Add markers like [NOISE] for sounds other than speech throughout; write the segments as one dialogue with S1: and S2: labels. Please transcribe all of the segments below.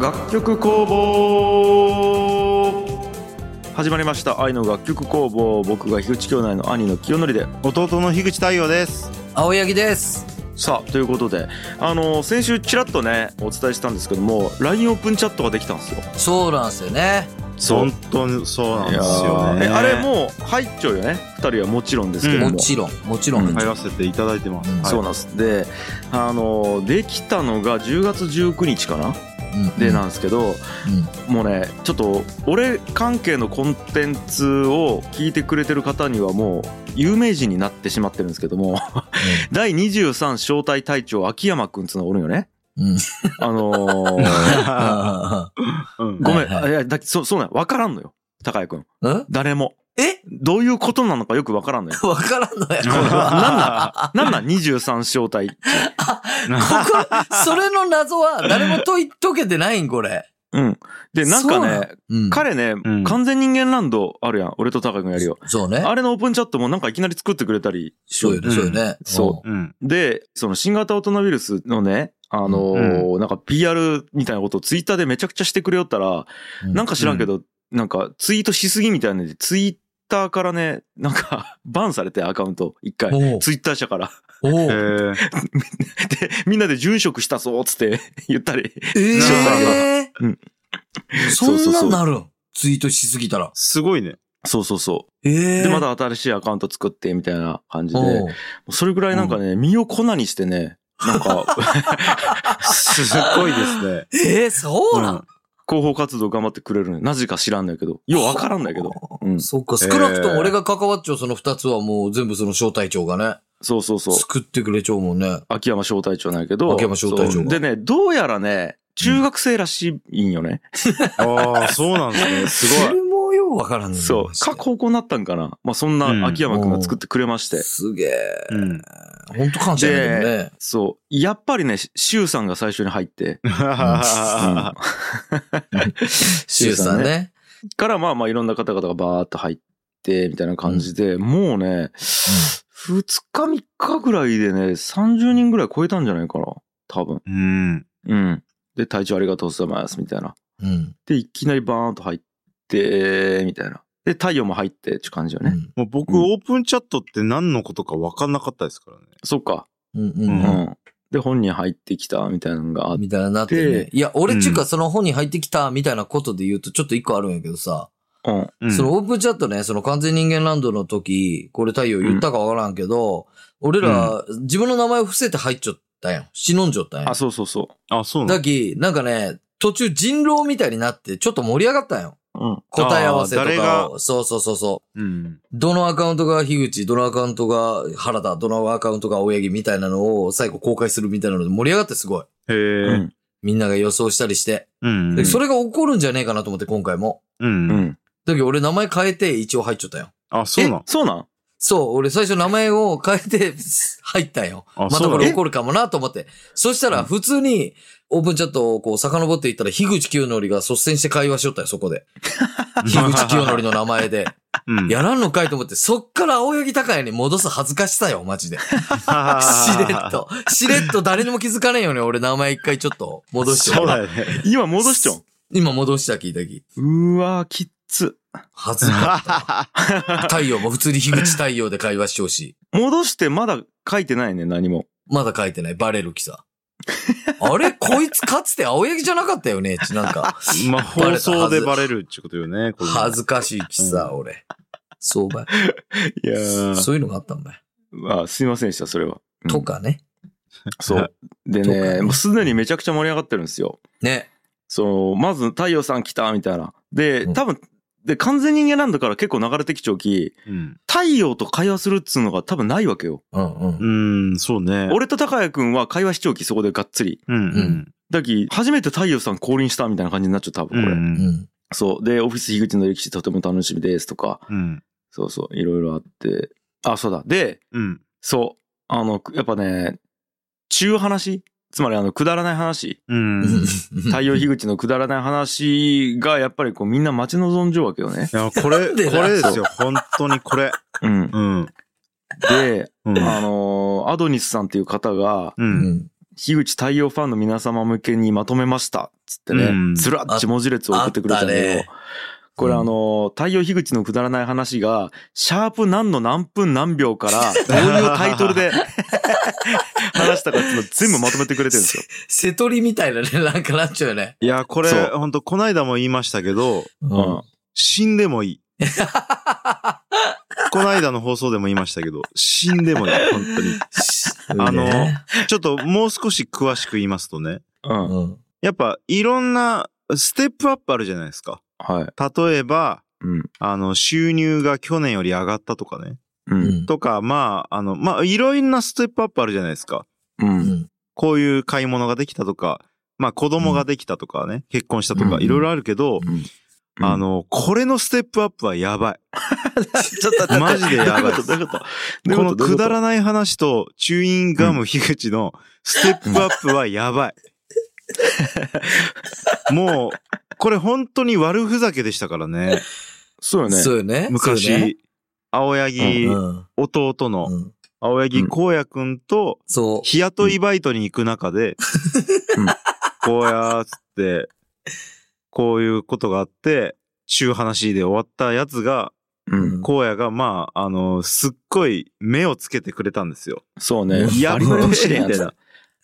S1: 楽曲工房始まりました愛の楽曲工房僕が樋口兄弟の兄の清則で
S2: 弟の樋口太陽です
S3: 青柳です。
S1: さあということであの先週ちらっとねお伝えしたんですけども LINE オープンチャットができたんですよ
S3: そうなんですよね。
S2: 本当にそうなんですよね
S1: いやーえあれもう入っちゃうよね二人はもちろんですけども、
S3: もちろん、もちろ。
S1: うん
S2: 入らせていただいてます、
S3: うん
S2: はい
S1: そうなんですであのできたのが10月19日かな
S3: うん
S1: でなんですけど、
S3: うん
S1: もうねちょっと俺関係のコンテンツを聞いてくれてる方にはもう有名人になってしまってるんですけど
S3: [LAUGHS]
S1: も第23招待隊長秋山くんっつうのがおるんよね
S3: うん。
S1: あの
S3: [LAUGHS]
S1: ー
S2: うん
S1: ごめん、
S3: はいはい
S1: いやだそうそうなんわからんのよ高谷くん
S3: うん
S1: 誰も
S3: え
S1: どういうことなのかよくわからんのよ
S3: わからんのや。これ
S1: なん
S3: は
S1: なんなんなん23招待
S3: ここ、それの謎は誰も解い解けてないん、これ。
S1: うんでなんか
S3: そう
S1: ね
S3: なのうん。
S1: 彼ね、
S2: うん
S1: 完全人間ランドあるやん俺と高谷くんやるよ
S3: そうね。
S1: あれのオープンチャットもなんかいきなり作ってくれたり
S3: そうよね、そうよね。
S1: そ
S2: うん
S1: で、その新型オトナウイルスのね、あのーなんか PR みたいなことをツイッターでめちゃくちゃしてくれよったら、
S3: うん。
S1: なんか知らんけど、なんかツイートしすぎみたいなんで、ツイッターからね、なんか [LAUGHS] バンされてアカウント、一回。
S3: おう
S1: ツイッター社から。 [LAUGHS]
S3: お
S2: へ
S3: う
S2: ー
S1: で、みんなで殉職したぞっつって [LAUGHS] 言ったり。
S3: ええ
S1: う
S3: ー
S1: ん。
S3: そんなんなるんツイートしすぎたら。
S2: すごいね
S1: そうそうそ
S3: え
S1: う。
S3: え。
S1: で、また新しいアカウント作って、みたいな感じで
S3: お。う。
S1: それぐらいなんかね、身を粉にしてね、なん
S3: [LAUGHS]
S1: か、
S2: すごいですね
S3: ええ、そうなん
S1: 広報活動頑張ってくれるのなぜか知らんだけど。ようわからんだけど。うん。
S3: そっか、少なくとも俺が関わっちゃうその二つはもう全部その小隊長がね、
S1: そうそうそう。
S3: 作ってくれちゃうもんね。
S1: 秋山小隊長なんやけど。
S3: 秋山小隊長
S1: そ
S3: が
S1: うでね、どうやらね、中学生らしいんよね。
S2: ああそうなんですねす
S3: それもようわからんね
S1: そう
S3: マ。ジで
S1: 過去行なったんかな。まあ、そんな秋山くんが作ってくれまして。
S3: すげえ。
S2: ごい、うん、
S3: 本当感謝だけどね。
S1: そう。やっぱりね、シュウさんが最初に入
S3: [LAUGHS]
S1: って。シ
S3: シュウさん。ね。
S1: から、まあまあ、いろんな方々がバーっと入って、みたいな感じで、もうね、二日三日ぐらいでね、30人ぐらい超えたんじゃないかな。多分。
S2: うん
S1: うん。で、隊長ありがとうございます、みたいな。
S3: うん。
S1: で、いきなりバーンと入って、みたいな。で、太陽も入ってって感じよ
S3: う
S1: ね。
S3: ん。
S2: もう僕、
S1: うん
S2: オープンチャットって何のことか分かんなかったですからね
S1: そっか。
S3: うん。う。
S1: うん
S3: うん
S1: ん。で、本人入ってきたみたいなのがあって。
S3: みたいななってね
S1: で。
S3: いや、俺
S2: うん
S3: ちゅうかその本に入ってきたみたいなことで言うとちょっと一個あるんやけどさ、
S1: うん。
S2: うん
S3: そのオープンチャットね、その完全人間ランドの時、これ太陽言ったかわからんけど、俺ら自分の名前を伏せて入っちゃったやん。忍んじゃったやん
S1: あ、。そうそうそ
S2: あそうなん
S3: だき、なんかね、途中人狼みたいになってちょっと盛り上がったんよ。
S1: う。うん。
S3: 答え合わせと
S2: あー誰
S3: かを。
S2: が
S3: そうそうそうそう。
S2: うん
S3: どのアカウントが樋口、どのアカウントが原田、どのアカウントが青柳みたいなのを最後公開するみたいなので盛り上がってすごい。
S2: へえ
S1: うん。
S3: みんなが予想したりして。
S2: うん
S3: でそれが起こるんじゃねえかなと思って今回も。
S2: う
S1: うんん。
S3: だけど俺名前変えて一応入っちゃったよ。
S2: あそうなん
S1: そうなん
S3: そう、俺最初名前を変えて入ったよ。
S2: あ
S3: また
S2: そうな
S3: こ
S2: ん
S3: れ起こるかもなと思って。そしたら普通にオープンチャットをこう遡っていったら樋口清則が率先して会話しよったよ、そこで。樋口清則の名
S2: [LAUGHS]
S3: 前で。
S2: うん
S3: やらんのかいと思って、そっから青柳高也に戻す恥ずかしさよ、マジで。
S2: [LAUGHS]
S3: しれっと。しれっと誰にも気づかねえよね。俺名前一回ちょっと戻して。
S2: そうだよね。
S1: 今戻しちゃう
S3: 今戻した聞いたき。
S1: うわー、きっつ。
S3: 恥ずかしい。太陽も普通に樋口太陽で会話しようし。
S1: 戻してまだ書いてないね、何も。
S3: まだ書いてない。バレる気さ。あれこいつかつて青柳じゃなかったよねちなんか。
S2: [LAUGHS] まあ、放送でバレるってことよね、これ。
S3: 恥ずかしい気さ、俺。そうばい。
S1: いや
S3: そういうのがあったんばい。
S1: あすいませんでした、それは。うん
S3: とかね。
S1: そう。で
S3: とか
S1: ね、
S3: ね
S1: もうすでにめちゃくちゃ盛り上がってるんですよ。
S3: ね。
S1: そう、まず太陽さん来た、みたいな。で、
S3: うん
S1: 多分、で、完全人間ランドから結構流れてきちゃうき、
S2: うん。
S1: 太陽と会話するっつうのが多分ないわけよ。
S3: うんうん。
S2: うん、そうね。
S1: 俺と高谷くんは会話しちょうきそこでがっつり。
S2: うん、うん。
S1: だき、初めて太陽さん降臨したみたいな感じになっちゃう、多
S2: う
S1: 分これ。
S2: ん。
S3: うん。
S1: そう。で、オフィス樋口の歴史とても楽しみですとか、
S2: うん。
S1: そうそう、いろいろあって。あ、そうだ。で、
S2: うん。
S1: そう。あの、やっぱね、中話つまりあの、くだらない話。
S2: うん。い
S1: 太陽樋口のくだらない話が、やっぱりこう、みんな待ち望んじゃうわけよね。
S2: や、これ、
S3: な
S2: こ
S3: んでな
S2: れですよ。本当にこれ。
S1: うん。
S2: うん。
S1: で、
S2: うん。
S1: あのーアドニスさんっていう方が、
S2: う。
S3: うんん。
S1: 樋口太陽ファンの皆様向けにまとめました。つってね、
S2: うん
S1: ずらっち文字列を送ってくれたんだ
S3: ああ
S1: け
S3: っ
S1: ど
S3: たね、
S1: これあの、太陽樋口のくだらない話が、シャープ何の何分何秒から、どういうタイトルで話したかっていうのを全部まとめてくれてるんですよ。
S3: 瀬戸りみたいなね、なんかなっちゃうよね。
S2: いや、これ、
S1: そう
S2: ほんと、こないだも言いましたけど、
S3: う
S1: うんん。
S2: 死んでもいい。こないだの放送でも言いましたけど、死んでもいい、本当に。あのちょっともう少し詳しく言いますとね、
S1: うん。
S3: うん。
S2: やっぱいろんなステップアップあるじゃないですか。
S1: はい。
S2: 例えば、
S1: うん。
S2: あの、収入が去年より上がったとかね。
S1: う。
S3: うんん。
S2: とか、まあ、あの、まあ、いろんなステップアップあるじゃないですか。
S1: う。
S3: うんん。
S2: こういう買い物ができたとか、まあ、子供ができたとかね、結婚したと
S1: う
S2: か、
S1: ん
S2: いろいろあるけど、
S1: うん
S2: あ、の、これのステップアップはやばい。
S1: [LAUGHS] ちょっと待って
S2: マジでやばい
S1: どういうことどう
S2: こ
S1: いう
S2: の
S1: こと
S2: くだ
S1: な
S2: らない話と、チューインガム樋口のステップアップはやばい。もう、これ本当に悪ふざけでしたからね。
S1: そうよね。
S3: そうよね。
S2: 昔、
S3: そうよね
S2: 青柳、
S3: うん
S2: 弟
S3: う
S2: の
S3: ん。
S2: 青柳光也くんと、
S3: そ
S2: 日雇いバイトに行く中で
S1: うん、
S2: こうやっつって、こういうことがあって、中話で終わったやつが、
S1: うん。
S2: 荒野が、まあ、あの、すっごい目をつけてくれたんですよ。
S1: そうね。
S2: や
S1: バ
S2: っ
S1: リ
S2: べ
S1: バリ
S2: え
S1: 面
S2: み
S1: 白いや
S2: たい
S1: つ
S2: な。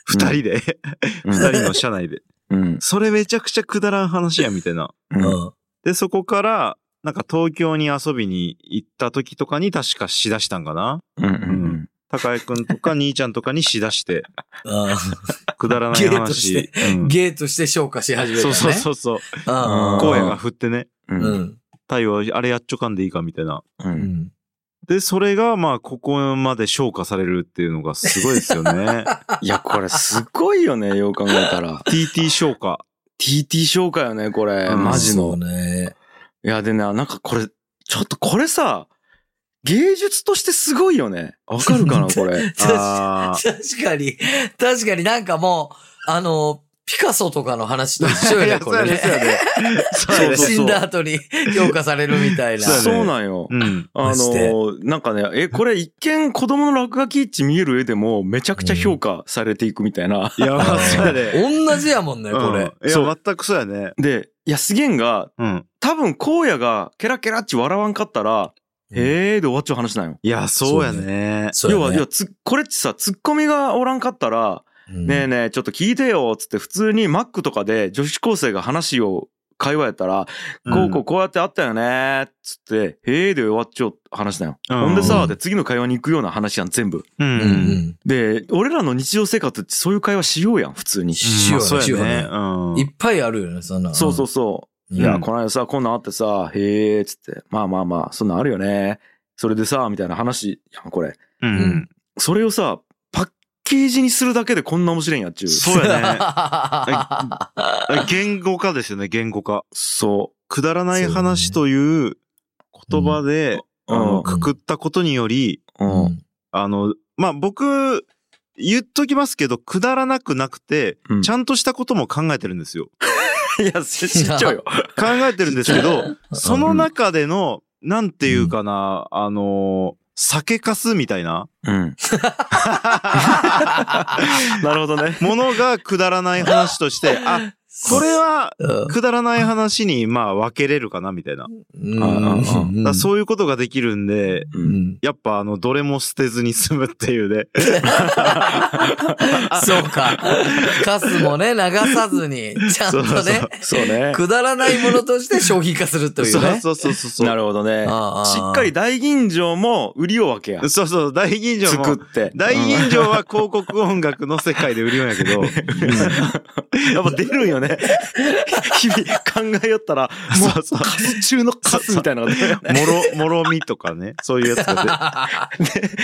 S2: 二人で、
S1: うん
S2: 二人の車内で。
S1: うん。
S2: それめちゃくちゃくだらん話や、みたいな。
S3: う。
S1: うん
S3: うん。
S2: で、そこから、なんか東京に遊びに行った時とかに確かしだしたんかな。
S1: うんうん
S2: 高井くんとか兄ちゃんとかにしだして、
S3: あ
S2: くだらない
S3: ゲートし
S2: 話。う
S3: ー
S2: ん
S3: ゲーとして消化し始めた
S2: そう
S3: ね。
S2: そうそうそう。
S3: あー
S2: 荒野が振ってね、
S1: う
S3: うんん。
S2: 太陽あれやっちょかんでいいかみたいな。
S1: う
S3: うんん。
S2: で、それがまあここまで消化されるっていうのがすごいですよね。
S1: いや、これすごいよね、よう考えたら。
S2: TT 消化。
S1: TT 紹介よね、これ。
S2: うん
S1: マジ
S3: そう
S1: の。
S3: ね。
S1: いや、でね、なんかこれ、ちょっとこれさ、芸術としてすごいよね。わかるか
S3: [LAUGHS]
S1: な、これ。
S3: 確か
S2: あー
S3: 確かに、確かになんかもう、あの、ピカソとかの話と一緒よ
S2: い
S3: ね、
S2: や
S3: これね
S2: [LAUGHS] そう。やねそうやね
S1: そうそう
S3: 死んだ後に評価されるみたいな。
S2: そうや
S1: そ
S2: ね
S1: うなんよ。
S2: うん。
S1: あ
S3: マジで
S1: の、なんかね、え、これ一見子供の落書き位置見える絵でもめちゃくちゃ評価されていくみたいな。
S2: いや、まあそうやね。
S3: 同じやもんね、これ。
S2: うんい
S1: そう
S2: や、全くそうやね。
S1: で、いや、すげえんが、
S2: うん。
S1: 多分荒野がケラケラっち笑わんかったら、へーで終わっちゃう話なんよ。
S2: いや、そうやね。
S3: そうや
S1: 要
S3: ね
S1: は、要はつ、これってさ、ツッコミがおらんかったら、
S3: うん
S1: ねえねえ、ちょっと聞いてよ、つって普通にマックとかで女子高生が話を会話やったら、こうこうこうやってあったよね、つって、へえで終わっちゃう話だよ。
S2: うん
S1: ほんで
S3: う
S1: さ、
S3: ん
S1: で次の会話に行くような話やん、全部。
S2: う。
S3: うんんうん。
S1: で、俺らの日常生活ってそういう会話しようやん、普通に。
S3: しよ
S2: まあそうう
S3: よ
S2: やね
S3: ね。。いっ
S2: う
S3: ぱいあるよね、そんな。
S1: そうそうそう。
S3: うん。
S1: い
S3: い
S1: や、
S2: う
S1: この間さ、こんなんあってさ、へえ、つって、まあまあまあ、そんなんあるよね。それでさ、みたいな話、やんこれ。
S2: ん。
S3: う
S2: うんん。
S1: それをさ、パッケージにするだけでこんな面白いんやっちゅう。
S2: そう
S3: [LAUGHS]
S2: やね。
S3: は
S2: 言語化ですよね、言語化。
S1: そ
S2: くだらない話という言葉で、
S1: う。う
S2: あの
S1: ん。
S2: くくったことにより、
S1: うん。
S2: あの、まあ、僕、言っときますけど、くだらなくなくて、
S1: うん
S2: ちゃんとしたことも考えてるんですよ。
S1: いや、知っちゃうよ。
S2: 考えてるんですけど、その中での、なんていうかな、あの、酒かすみたいな
S1: うん。 [LAUGHS] なるほどね。
S2: ものがくだらない話として、あ、これは
S3: うん
S2: くだらない話に、まあ、分けれるかな、みたいな。だか
S3: うん
S1: あああ
S2: らそういうことができるんで、
S1: う。
S3: うんん。
S2: やっぱあの、どれも捨てずに済むっていうね。
S3: そうか。カスもね、流さずに、ちゃん
S2: そ
S3: とね、
S2: うそう
S1: そうね。
S3: くだらないものとして消費化するというね。
S2: そうそうそうそうそう。
S1: なるほどね。しっかり大吟醸も売りを分けや。
S2: そうそう、大吟醸
S1: 作
S2: も。
S1: って。
S2: 大
S1: うん
S2: 吟醸は広告音楽の世界で売るんやけ
S1: [LAUGHS]
S2: ど。
S1: やっぱ出るんよね。日々考えよったら、も
S2: そうそう
S1: う、カス中のカスみたいなのが出るよね。
S2: もろ、もろみとかね。そういうやつが
S3: [LAUGHS]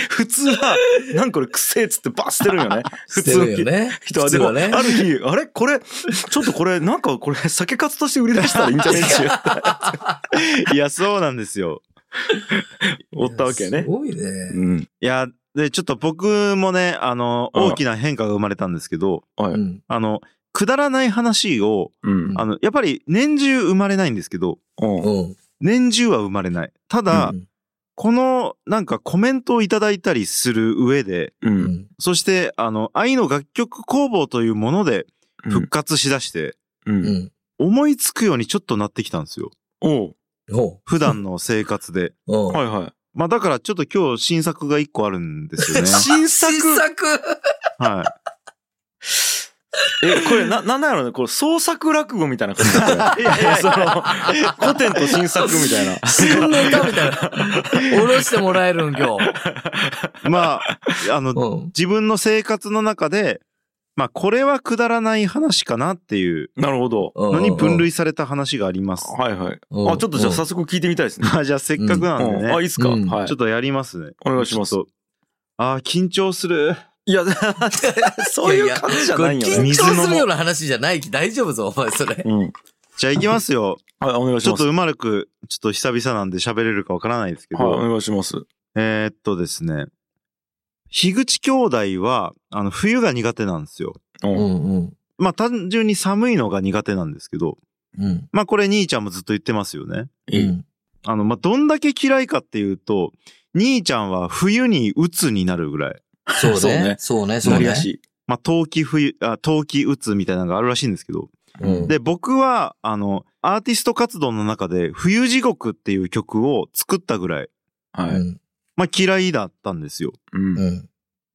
S1: 普通は、なんかこれくせえっつってバー捨てるんよ [LAUGHS] ね。普
S3: 普通
S1: 通
S3: よ
S1: の
S3: ね。
S1: 人は。でも、あ
S3: 普通ね。
S1: る日、あれこれ、ちょっとこれ、なんかこれ、酒かすとして売り出したらいいんじゃねえっちゅう
S2: 出て。いや、そうなんですよ。
S1: おったわけや
S3: す
S1: ね。
S3: ごいね。
S1: [LAUGHS] うん。
S2: いや、で、ちょっと僕もね、あの、
S1: うん
S2: 大きな変化が生まれたんですけど、
S1: はい。
S3: うん。
S2: あの、くだらない話を、
S1: うん。
S2: あの、やっぱり年中生まれないんですけど、
S1: うん。
S3: うん。
S2: 年中は生まれない。ただ、
S3: うん
S2: このなんかコメントをいただいたりする上で、
S1: う。
S3: うんん。
S2: そしてあの愛の楽曲工房というもので復活しだして、
S1: う。
S3: うんん。
S2: 思いつくようにちょっとなってきたんですよ。
S1: おう
S3: ほ
S2: 普段の生
S1: [LAUGHS]
S2: 活で。
S3: う。うん。
S1: はいはい。
S2: まあだからちょっと今日新作が一個あるんです
S1: [LAUGHS]
S2: よね。
S1: 新作
S3: 新作
S2: は
S1: え、これな、なんなんやろねこれ創作落語みたいな感じだこれ
S2: [LAUGHS] いやい
S1: [LAUGHS]
S2: や
S1: その、古典と新作みたいな。
S3: 新ネタみたいな。おろしてもらえるん、
S1: [LAUGHS]
S3: 今日。
S2: い。まあ、あの、
S3: うん。
S2: 自分の生活の中で、まあこれはくだらない話かなっていう
S1: なるほど。
S2: のに分類された話があります。
S1: はいはい。
S3: うん。うん
S1: あ、ちょっとじゃあ早速聞いてみたいですね。
S2: [LAUGHS] あじゃあせっかくなんで
S1: うんあ、い
S2: ね、
S1: いっすか。
S3: うん
S1: はい
S2: ちょっ。とやりますね。
S1: お願いします
S2: ちょっと。ああ、緊張する。
S1: いや、 [LAUGHS] そういう感じじゃ
S3: これ
S1: ないんや
S3: 緊
S1: ね。
S3: 張
S2: 水の
S3: す
S2: も
S3: るような話じゃないき大丈夫ぞ、お前それ。
S1: うん。はい、
S2: じゃあ行きますよ。
S1: お願いし
S2: ちょ
S1: ま
S2: っ
S1: す。
S2: とうまく、ちょっと久々なんで喋れるかわからないですけど、
S1: はい、お願いします。
S2: えーっとですね。樋口兄弟は、あの、冬が苦手なんですよ。
S1: う。
S3: うんん
S2: まあ単純に寒いのが苦手なんですけど、
S3: うん。うん。
S2: まあこれ兄ちゃんもずっと言ってますよね。
S1: いい。
S2: あの、まあどんだけ嫌いかっていうと、兄ちゃんは冬に鬱になるぐらい。
S3: そう
S1: そうね
S3: ね。そうね、そ
S1: な
S3: う
S1: りや
S3: ね。
S1: しい。
S2: まあ冬季冬、あ冬季鬱みたいなのがあるらしいんですけど。
S3: うん
S2: で、僕は、あの、アーティスト活動の中で、冬地獄っていう曲を作ったぐらい、
S1: は
S3: う
S1: い。
S3: ん。
S2: まあ嫌いだったんですよ。
S1: うん。
S3: うん。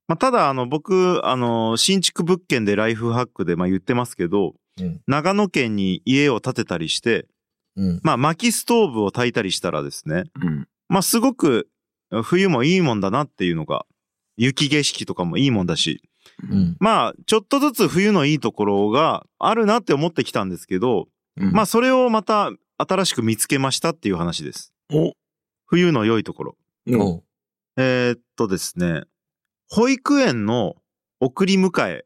S2: まあ、ただ、あの、僕、あの、新築物件でライフハックで、まあ、言ってますけど、
S3: うん
S2: 長野県に家を建てたりして、
S3: うん。
S2: まあ、薪ストーブを炊いたりしたらですね、
S1: うん。
S2: まあ、すごく、冬もいいもんだなっていうのが、雪景色とかもいいもんだし、
S3: うん。
S2: まあ、ちょっとずつ冬のいいところがあるなって思ってきたんですけど、
S1: うん
S2: まあ、それをまた新しく見つけましたっていう話です。
S1: お、
S2: 冬の良いところ。
S1: うん。
S3: お
S2: えーっとですね、保育園の送り迎え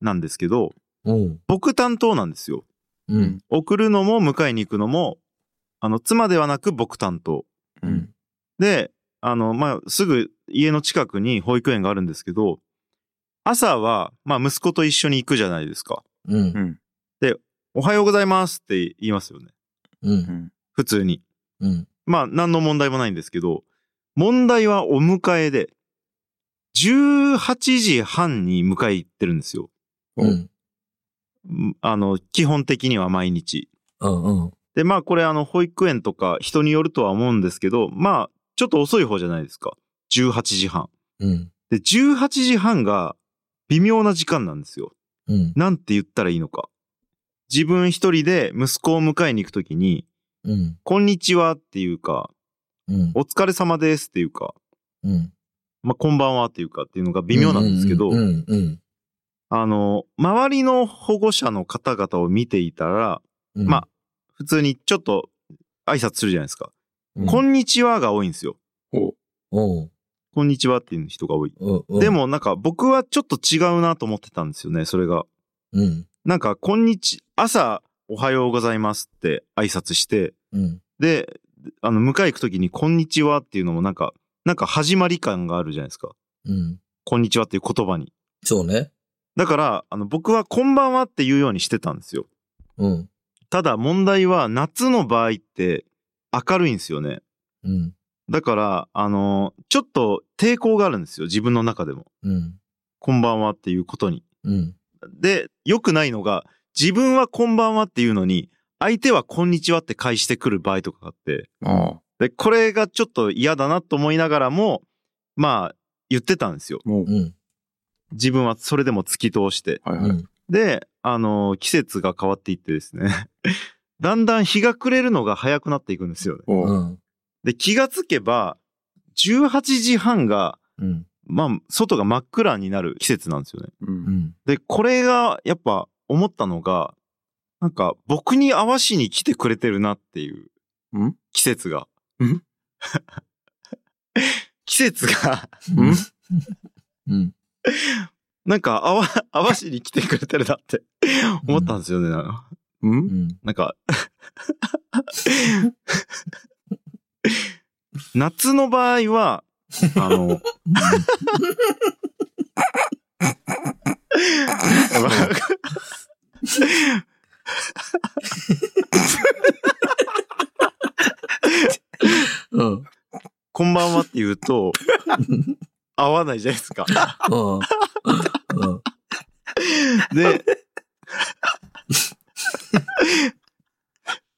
S2: なんですけど、
S3: うん。
S2: 僕担当なんですよ。
S3: うん。
S2: 送るのも迎えに行くのも、あの、妻ではなく僕担当。
S1: うん。
S2: で、あの、まあ、すぐ家の近くに保育園があるんですけど、朝は、まあ、息子と一緒に行くじゃないですか。
S3: うん
S1: う。ん。
S2: おはようございますって言いますよね。
S3: うん。
S2: 普通に。
S3: うん。
S2: まあ、何の問題もないんですけど、問題はお迎えで、18時半に迎え行ってるんですよ。
S3: うん。
S2: んあの、基本的には毎日。
S3: うん。うん。
S2: で、まあ、これ、あの、保育園とか人によるとは思うんですけど、まあ、ちょっと遅い方じゃないですか。18時半。
S3: うん。
S2: で、18時半が微妙な時間なんですよ。
S3: うん。
S2: なんて言ったらいいのか。自分一人で息子を迎えに行くときに、
S3: うん。
S2: こんにちはっていうか、
S3: うん。
S2: お疲れ様ですっていうか、
S3: うん。
S2: まあ、こんばんはっていうかっていうのが微妙なんですけど、
S3: うん。うん。
S2: あの、周りの保護者の方々を見ていたら、
S3: うん。
S2: まあ、普通にちょっと挨拶するじゃないですか。
S3: うん、
S2: こんにちはが多いんですよ。
S1: お、
S3: おう
S2: こんにちはっていう人が多い。
S3: うん。うん
S2: で、もなんか僕はちょっと違うなと思ってたんですよね、それが。
S3: うん。
S2: なんか、こんにち、朝、おはようございますって挨拶して、
S3: うん。
S2: で、あの、迎え行くときに、こんにちはっていうのもなんか、なんか始まり感があるじゃないですか。
S3: うん。
S2: こんにちはっていう言葉に。
S3: そうね。
S2: だから、あの、僕はこんばんはっていうようにしてたんですよ。
S3: うん。
S2: ただ問題は夏の場合って明るいんですよね。
S3: うん。
S2: だから、あの、ちょっと抵抗があるんですよ。自分の中でも。
S3: うん。
S2: こんばんはっていうことに。
S3: うん。
S2: で、良くないのが、自分はこんばんはっていうのに、相手はこんにちはって返してくる場合とかがあって。
S1: ああ、
S2: で、これがちょっと嫌だなと思いながらも、まあ、言ってたんですよ。
S1: もう
S3: う、ん。
S2: 自分はそれでも突き通して。
S1: はいうはい。
S3: ん。
S2: で、あの、季節が変わっていってですね。 [LAUGHS] だんだん日が暮れるのが早くなっていくんですよね。
S1: お、
S3: うん。
S2: で、気がつけば、18時半が、
S3: うん。
S2: まあ、外が真っ暗になる季節なんですよね。
S1: う。、
S3: うんん。
S2: で、これが、やっぱ、思ったのが、なんか、僕に合わしに来てくれてるなっていうん季節が。
S1: ん
S2: [LAUGHS] 季節が、
S1: うん
S3: うん。
S2: なんか、合わ、 [LAUGHS] 合わしに来てくれてるなって思ったんですよね。なんか
S1: う
S3: [LAUGHS] うんん。
S2: なんか夏の場合は、あ [LAUGHS] の、
S3: うん。
S2: こんばんはって言う [LAUGHS] と、合わないじゃないですか。
S3: うん。うん。
S2: で、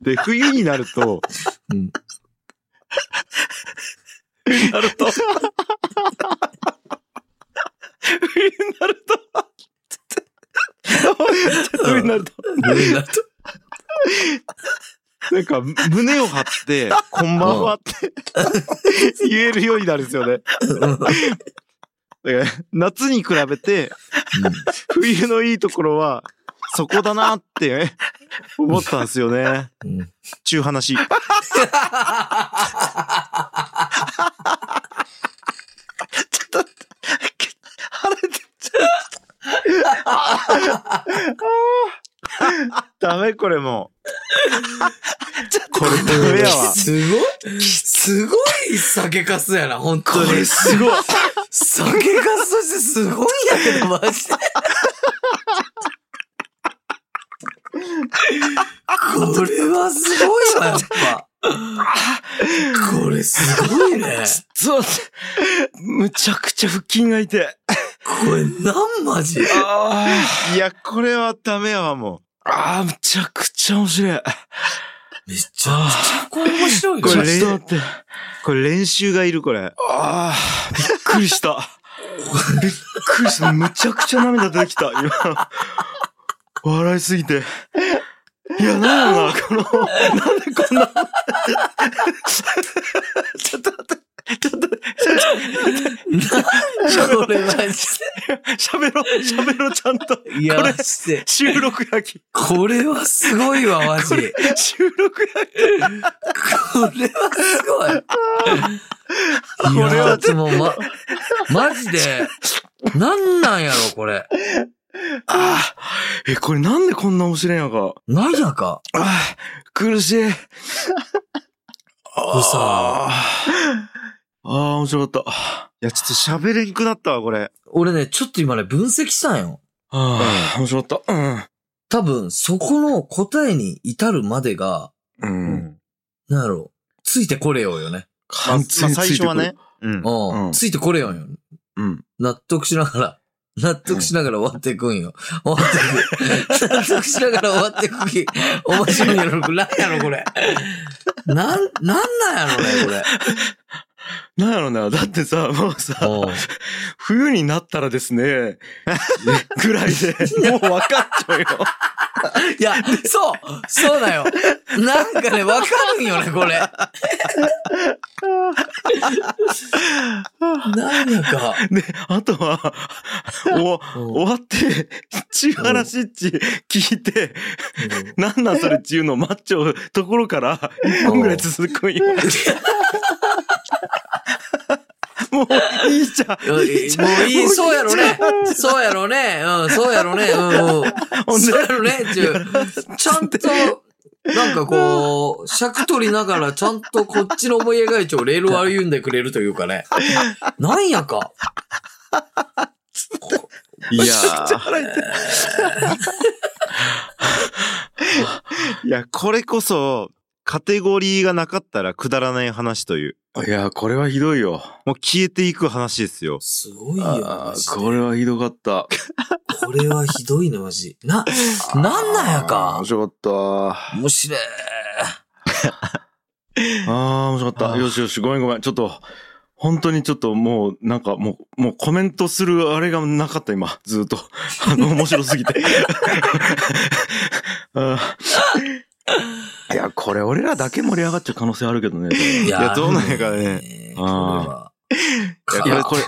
S2: で、冬になると、
S3: うん。
S1: なると。冬になると。冬になると。
S3: みんなと
S2: なんか、胸を張って、こんばんはって、言えるようになるんですよね。
S3: うん
S2: だから夏に比べて、冬のいいところは、そこだなって思ったんですよね。
S3: うん。
S2: ちゅう話。
S1: ちょっと、腹出ち
S2: ダメこれも
S1: ゃ
S2: う。これダメやわ。
S3: すごい、すごい酒かすやな、本当に。
S2: すごい。
S3: 酒かすとしてすごいやけど、マジで。これはすごいわ、やっぱ。これすごいね。
S1: ょっと、むちゃくちゃ腹筋が痛い。
S3: これなんマジ
S1: あ
S2: いや、これはダメやわ、も
S1: あ、ああ、むちゃくちゃ面白い。
S3: めちゃくちゃこれ面白い
S2: こ
S1: ちょっ
S2: れ
S3: ね。
S1: と待って。
S2: う。これ練習がいる、これ。
S1: ああ、びっくりした。びっくりした。むちゃくちゃ涙出てきた、今。笑いすぎて。いや、なんやろな、この、なんでこんな。ちょっと待って、ちょっと待って、
S3: これマジ
S1: 喋ろう、喋ろう、ちゃんと。
S3: で。いや、
S1: こ
S3: マ
S1: れ
S3: ジで。
S1: 収録やき。
S3: これはすご
S1: [LAUGHS]
S3: いわ、マジ。
S1: こ
S3: こ
S1: れ
S3: れ、
S1: 収録やき。
S3: はすごい。
S1: [LAUGHS] こ
S3: い
S1: れは
S3: やでもま、マジで、なんなんやろ、これ。
S1: ああ、え、これなんでこんな面白いんやか。
S3: なんやか。
S1: ああ、苦しい。
S3: れさ
S1: ああ、面白かった。あ
S2: いや、ちょっと喋れんくなったわ、これ。
S3: 俺ね、ちょっと今ね、分析したんよ。
S1: あ、面白かった。
S3: 多分、そこの答えに至るまでが、
S1: うん。うん。
S3: なんやろ、ついてこれようよね。
S2: まあ
S1: 完全に
S2: まあ最
S1: ついて
S2: 初
S1: く
S2: は
S1: る
S2: ね。。うん。
S3: う
S1: うん
S3: ん。ついてこれようよ。
S1: うん。
S3: 納得しながら、納得しながら終わっていくんよ。終わっていく。納得しながら終わっていくき、面白いやろ。なんやろ、これ。なん、なんなんやろね、
S1: なんやろな。だってさ、もうさ、
S3: これ。
S1: 冬になったらですね、ぐらいで、もう分かっちゃうよ。
S3: いや、そうそうだよなんかね、わかるんよね、これ。なんやか。
S1: で、あとは、お、
S3: うん
S1: 終わって、ちはらしっち聞いて、なんなんそれっていうのを待っちゃうところから、1分ぐ
S3: [LAUGHS]
S1: らい続くんよ。もう、いいじゃん。
S3: もういい、そうやろね。そうやろね。うん、そうやろね。うん、うん。
S1: ほんで
S3: そうやろね、ちゅう。ちゃんと、なんかこう、尺取りながら、ちゃんとこっちの思い描いちをレールを歩んでくれるというかね。なんやか。
S2: いやー、
S1: 腹痛い
S2: いや、これこそ、カテゴリーがなかったらくだらない話という。
S1: [LAUGHS] いや、これはひどいよ。
S2: もう消えていく話ですよ。
S3: すごい
S1: ああ。
S3: よ
S1: これはひどかった。
S3: これはひどいね、マジ。な、なんなんや
S1: あー
S3: か
S1: 面。白かった。
S3: 面白い。
S1: ああ、面白かっ
S2: あ
S1: た。
S2: ー
S1: よしよし、ごめんごめん。ちょっと、本当にちょっともう、なんかもう、もうコメントするあれがなかった、今、ずっと。 [LAUGHS] あの、面白すぎて。 [LAUGHS] あーいや、これ俺らだけ盛り上がっちゃう可能性あるけどね。
S3: い
S2: いやどうなんやかね。
S3: これは。
S1: いやこれ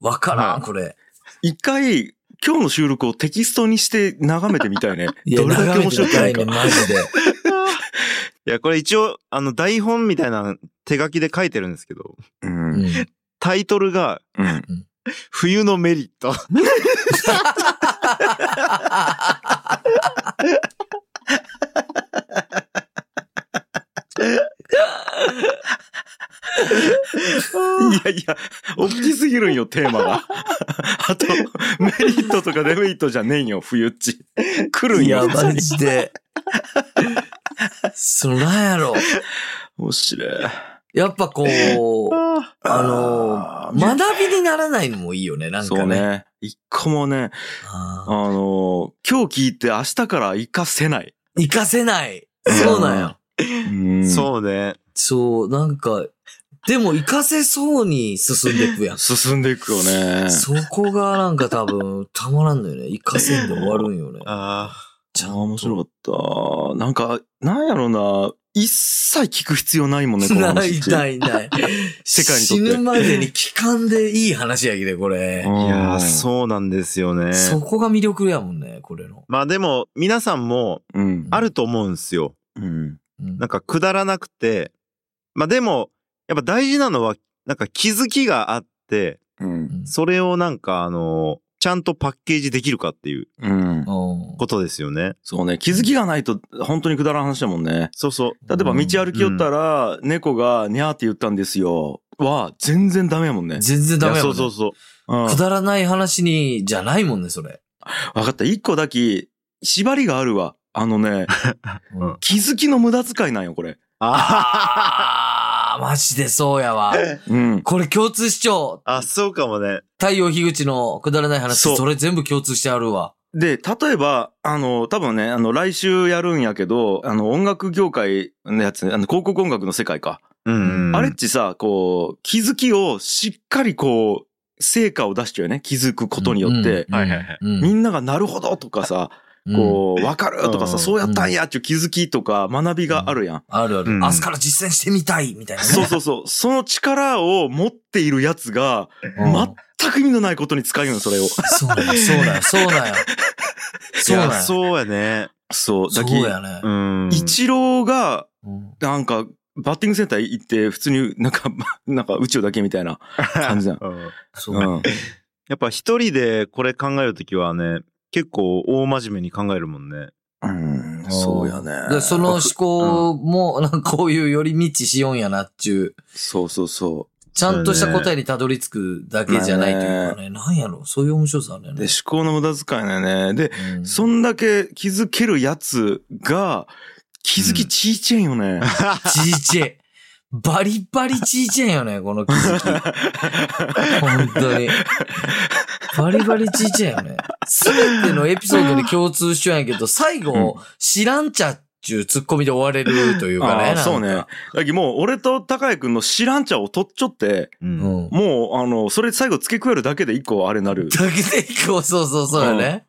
S3: わから
S2: は
S3: ん、これ。
S1: 一回、今日の収録をテキストにして眺めてみたいね。
S3: [LAUGHS] いや、
S1: どれだけ
S3: 眺め
S1: 面
S3: て
S1: 白
S3: み
S1: く
S3: た
S1: ないい
S3: ね、
S1: か。
S3: マジで。
S2: いや、これ一応、あの、台本みたいなの手書きで書いてるんですけど、
S1: うん。
S3: う
S1: うん。
S3: ん
S2: タイトルが、冬のメリット。
S1: いやいや、大きすぎるんよ、テーマが。 [LAUGHS] あと、メリットとかデメリットじゃねえんよ、冬っち。来るん
S3: い
S1: よ
S3: や、。マ
S1: [LAUGHS]
S3: ジで。そらやろ。
S1: 面白い。
S3: やっぱこう、
S2: な
S3: あのー、学びにならないのもいいよね、なんかね。
S1: そうね。一個もね、あ
S3: あ
S1: のー今日聞いて明日から活かせない。
S3: ー活かせない。そうなんよ。
S1: うん
S2: そうね。
S3: そう、なんか、でも活かせそうに進んでいくやん。
S1: 進んでいくよね。
S3: そこがなんか多分、たまらんのよね。活かせんで終わるん
S1: [LAUGHS]
S3: よね。
S2: あ
S3: ちゃん
S1: あ
S3: と
S1: ー面白かった。なんか、なんやろな。一切聞く必要ないもんね、この
S3: ない
S1: 話。
S3: ないない。
S1: [LAUGHS] 世界にとっ
S3: 死
S1: て
S3: ぬまでに聞かんでいい話やけど、これ。
S2: あ。いやー、
S1: う
S2: そうなんですよね。
S3: そこが魅力やもんね、これの。
S2: まあでも、皆さんも
S1: ん。うん。
S2: あると思うんですよ。
S1: うん。
S3: うん
S2: なんかくだらなくて。まあでも、やっぱ大事なのは、なんか気づきがあって、
S1: うん。
S2: それをなんかあの、ちゃんとパッケージできるかっていう
S1: うん。
S3: うん
S2: ことですよね。
S1: そうね。気づきがないと、本当にくだらん話だもんね。
S2: そうそう。
S1: 例えば、道
S3: うん
S1: 歩き寄ったら、猫が、にゃーって言ったんですよ。は、全然ダメやもんね。
S3: 全然ダメ
S2: い
S3: や
S2: やそ
S3: も
S2: うんそ
S3: ね
S2: う。そう。
S1: うん。
S3: くだらない話に、じゃないもんね、それ。
S1: わかった。一個だけ、縛りがあるわ。あの
S2: [LAUGHS]
S1: ね、
S2: うん
S1: 気づきの無駄遣いなんよ、これ。
S3: あー、マジでそうやわ。
S1: [LAUGHS] うん。
S3: これ共通主張。
S2: あ、そうかもね。
S3: 太陽樋口のくだらない話、
S1: そう
S3: それ全部共通してあるわ。
S1: で、例えば、あの、多分ね、あの、来週やるんやけど、あの、音楽業界のやつね、あの、広告音楽の世界か。
S2: うん。
S1: あれっちさ、こう、気づきをしっかりこう、成果を出しちゃうよね。気づくことによって。
S2: はいはいはい
S1: み
S3: み
S1: んながなるほどとかさ、
S3: な
S1: こう、わかるとか
S2: う
S1: さ、
S2: ん
S1: そうやったんやっていう気づきとか学びがあるやん。
S3: あるある。
S2: うん
S3: 明日から実践してみたいみたいなね。
S1: そうそうそう。その力を持っているやつが、
S3: うん
S1: 全く意味のないことに使うよ、それを。
S3: そうなんや、そうなんや、そうなんや。そうなん
S2: いや
S3: や。そ
S2: そうやね。
S1: そう。だ
S3: う
S1: け
S3: やね
S2: う。ん。。
S1: 一郎が、
S3: うん
S1: なんか、バッティングセンター行って、普通になんか、 [LAUGHS] なんか宇宙だけみたい
S3: [LAUGHS]
S1: な感じだ
S2: うん
S3: そうう。
S1: ん。
S2: やっぱ一人でこれ考えるときはね、結構大真面目に考えるもんね。
S1: うん、そうやね。
S3: でその思考も、なんかこういう寄り道しようんやなっちゅう。
S1: そうそうそう。
S3: ちゃんとした答えにたどり着くだけじゃないというかね。なんやろそういう面白さあるよ
S1: で、
S3: ね
S1: 思。考の無駄遣いだよね。で、
S3: うん
S1: そんだけ気づけるやつが、気づきちいちゃんよね。
S3: ちいちい。バリバリちいちゃいよね、この気づき。本当に。バリバリちいちゃいよね。すべてのエピソードに共通しちゃうんやけど、最後、知らんちゃっちゅうツッコミで終われるというか
S1: あ
S3: ね。
S1: ーそうね
S3: なんか。
S1: だけどもう、俺と高井くんの知らんちゃを取っちょって、
S2: うん
S3: うん。だ
S1: もう、あの、それ最後付け加えるだけで一個あれなる
S3: けでこう、そうそうそうよね。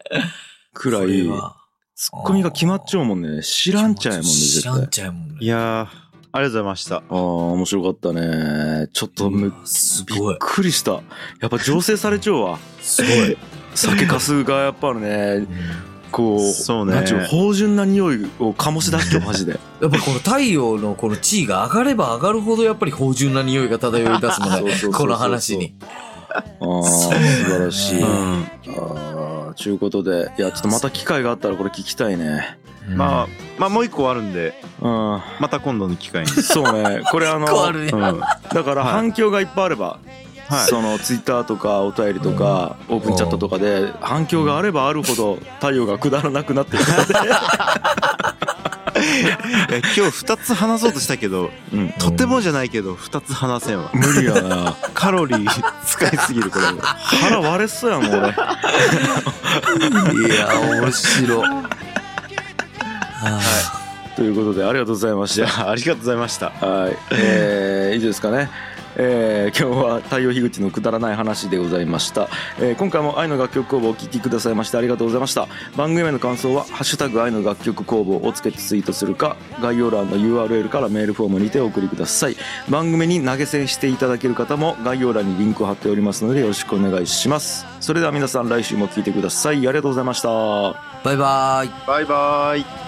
S1: くら
S3: こ
S1: い
S3: れ、は
S1: ツッコミが決まっちゃうもんね。知らんちゃやもんね、絶
S3: 知らん
S1: 対。
S3: ちゃいもんね。
S2: いやー、ありがとうございました。
S1: ああ、面白かったね。ちょっとむ、
S3: す
S1: び
S3: ご
S1: っ
S3: い。
S1: くりした。やっぱ醸成されちゃうわ。
S3: すごい。
S1: 酒かすがやっぱね、こう、
S2: そうね
S1: なんちゅう、芳醇な匂いを醸し出してよ、マジ
S3: [LAUGHS]
S1: で。
S3: やっぱこの太陽のこの地位が上がれば上がるほどやっぱり芳醇な匂いが漂い出すも
S1: [LAUGHS] そ
S3: ん
S1: うそうそ
S3: ね
S1: うそう。
S3: この話に。
S1: ああ、素
S3: そうだね
S1: 晴らしい。
S3: うん
S1: ああ、ちゅうことで、いや、ちょっとまた機会があったらこれ聞きたいね。
S2: まあ、まあもう一個あるんで、
S1: うん。
S2: また今度の機会に。
S1: そうね。これあの、
S3: [LAUGHS] 結構あるね
S2: うん。は
S1: だから
S2: はい
S1: 反響がいっぱいあれば、
S2: い。
S1: そのツイッターとかお便りとか、オープンチャットとかで、反響があればあるほど太陽がくだらなくなってくる
S2: いや今日二つ話そうとしたけど、
S1: ので。うん。
S2: とてもじゃないけど、二つ話せんわ。
S1: [LAUGHS] 無理やな。
S2: カロリー使いすぎる、これ。
S1: [LAUGHS] 腹割れそうやもん、俺。
S3: いや、面
S2: [LAUGHS]
S3: 白。は
S1: ということで、ありがとうございまし
S2: じ
S1: た
S2: ゃ。あ、ありがとうございました。
S1: はい、えー、以上ですかね。えー、今日は太陽樋口のくだらない話でございました、えー、今回も愛の楽曲工房をお聴きくださいましてありがとうございました番組への感想は「ハッシュタグ愛の楽曲工房」をつけてツイートするか概要欄の URL からメールフォームにてお送りください番組に投げ銭していただける方も概要欄にリンクを貼っておりますのでよろしくお願いしますそれでは皆さん来週も聴いてくださいありがとうございました
S3: い。バイバイ。
S2: バイバーイ。